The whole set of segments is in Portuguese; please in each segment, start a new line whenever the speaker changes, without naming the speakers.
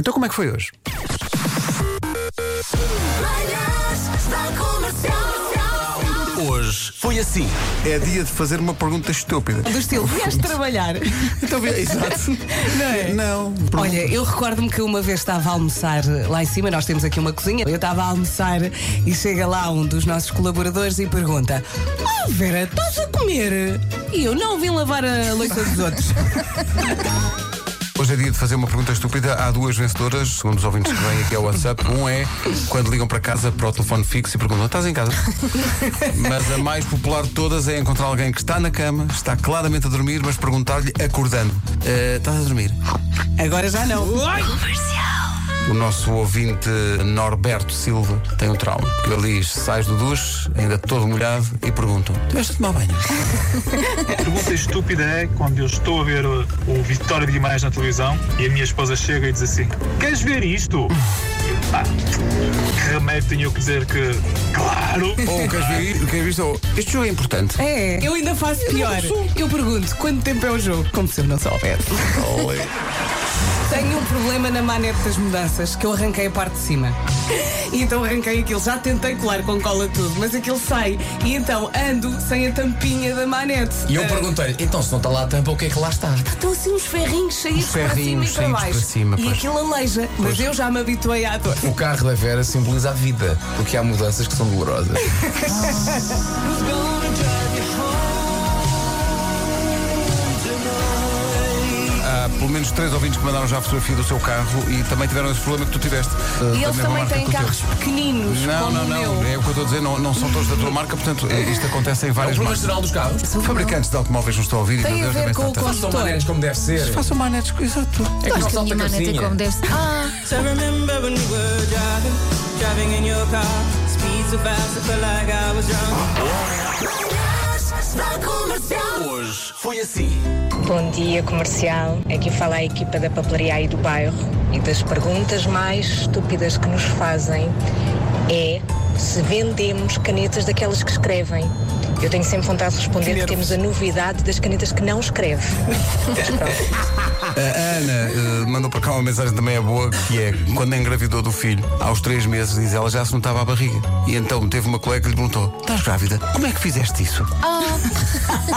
Então como é que foi hoje?
Manhãs da Comercial.
Hoje foi assim.
É dia de fazer uma pergunta estúpida.
Do estilo, vieste trabalhar.
Então, exato. Não
é?
Não.
Olha, eu recordo-me que uma vez estava a almoçar lá em cima, nós temos aqui uma cozinha. Eu estava a almoçar e chega lá um dos nossos colaboradores e pergunta: Ah, Vera, estás a comer? E eu não vim lavar a louça dos outros.
Hoje é dia de fazer uma pergunta estúpida. Há duas vencedoras, segundo os ouvintes que vêm aqui ao WhatsApp. Um é quando ligam para casa para o telefone fixo e perguntam: estás em casa? Mas a mais popular de todas é encontrar alguém que está na cama, está claramente a dormir, mas perguntar-lhe acordando: "Eh, estás a dormir?
Agora já não.
O nosso ouvinte Norberto Silva tem um trauma. Porque ele diz: sais do duche, ainda todo molhado, e perguntam: tiveste de tomar banho?
pergunta estúpida é quando eu estou a ver o, o Vitória de Guimarães na televisão e a minha esposa chega e diz assim: Queres ver isto? Ah, que remédio tenho eu que dizer que, claro!
Ou queres ver? isto? Queres ver? isto? Ou, Este jogo é importante.
É. Eu ainda faço pior. Eu pergunto: quanto tempo é o jogo? Como se eu não soubesse. Tenho um problema na manete das mudanças, que eu arranquei a parte de cima. E então arranquei aquilo, já tentei colar com cola tudo, mas aquilo sai. E então ando sem a tampinha da manete.
E eu
Ah,
perguntei-lhe, então se não está lá a tampa, o que é que lá está?
Estão assim uns ferrinhos saídos
ferrinhos
para cima e
saídos
para baixo.
para cima,
e
pois.
aquilo aleija, mas eu já me habituei à dor.
O carro da Vera simboliza a vida, porque há mudanças que são dolorosas.
Há pelo menos três ouvintes que mandaram já a fotografia do seu carro e também tiveram esse problema que tu tiveste. é
E eles também têm carros pequeninos,
Não,
como
não,
o meu.
não. É o que eu estou a dizer, não, não são todos da tua marca, portanto, é- isto acontece em várias
um Problema
marcas.
geral dos carros.
Fabricantes de automóveis nos estão a ouvir e meu
Tem a
Deus,
ver
devem
com o
estar a-
São
condutor.
maneiras como deve ser.
Façam manetes, exato.
É que não salta a
manete
calcinha.
como deve ser. Ah,
I remember when we were driving, driving in your car. Speed so fast, I felt like I was drunk.
Manhãs da Comercial.
Hoje foi assim.
Bom dia, comercial. Aqui fala a equipa da papelaria aí do bairro. E das perguntas mais estúpidas que nos fazem é se vendemos canetas daquelas que escrevem. Eu tenho sempre vontade de responder que temos a novidade das canetas que não escreve.
A Ana eh, mandou para cá uma mensagem também é boa, que é quando engravidou do filho, aos três meses, diz ela, já se notava a barriga. E então teve uma colega que lhe perguntou: estás grávida? Como é que fizeste isso?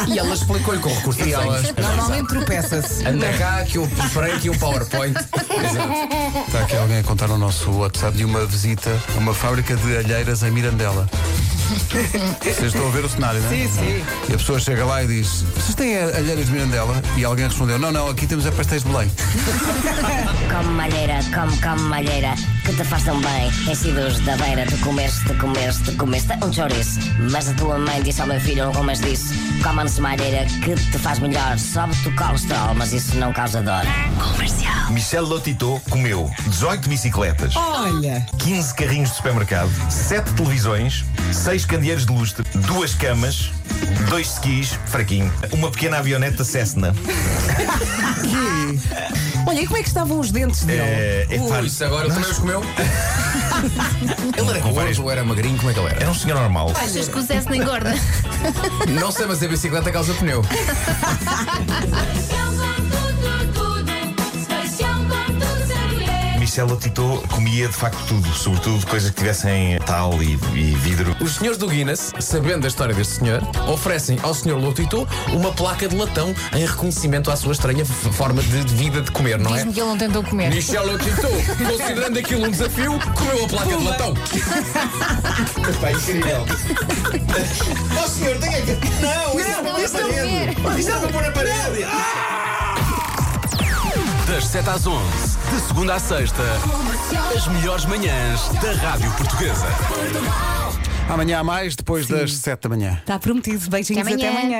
E ela explicou-lhe com recurso de
é
elas.
Normalmente tropeça-se.
Anda cá que eu preparei aqui um PowerPoint. Exato.
Está aqui alguém a contar no nosso WhatsApp de uma visita a uma fábrica de alheiras em Mirandela. Vocês estão a ver o cenário, não é?
Sim, sim.
E a pessoa chega lá e diz: Vocês têm alheiras de Mirandela? E alguém respondeu: Não, não, aqui temos a pastéis de Belém.
Come malheira, come, come malheira, que te façam bem. Resíduos da beira, tu comeste, comeste, comeste um chouriço. Mas a tua mãe disse ao meu filho, não comas disso. Come-nos malheira, que te faz melhor. Sobe-te o colesterol, mas isso não causa dor. Comercial.
Michel Lotito comeu 18 bicicletas,
Olha,
15 carrinhos de supermercado, 7 televisões, 6 candeeiros de lustre, 2 camas, 2 skis, fraquinho, uma pequena avioneta Cessna.
olha, e como é que estavam os dentes dele?
É, é pá,
Ui, isso agora ele também os comeu. Ele era gordo ou era magrinho, como é que ele era?
era um senhor normal.
achas que o Zé se nem gorda?
Não sei, mas a bicicleta causa pneu.
Eu tudo, tudo, especial com tu saber.
Michel Lotito comia de facto tudo, sobretudo coisas que tivessem tal e, e vidro.
Os senhores do Guinness, sabendo a história deste senhor, oferecem ao senhor Lotito uma placa de latão em reconhecimento à sua estranha f- forma de de vida de comer, não é?
Diz-me que ele não tentou comer.
Michel Lotito, considerando aquilo um desafio, comeu a placa de latão.
Epá, incrível. oh senhor, tenha que. Não, isso
Não, isso não quer.
Isto é para pôr na parede!
Das 7 às 11, de segunda à sexta, as melhores manhãs da Rádio Portuguesa.
Amanhã há mais, depois das sete da manhã.
Está prometido. Beijinhos
Até amanhã.
Até amanhã.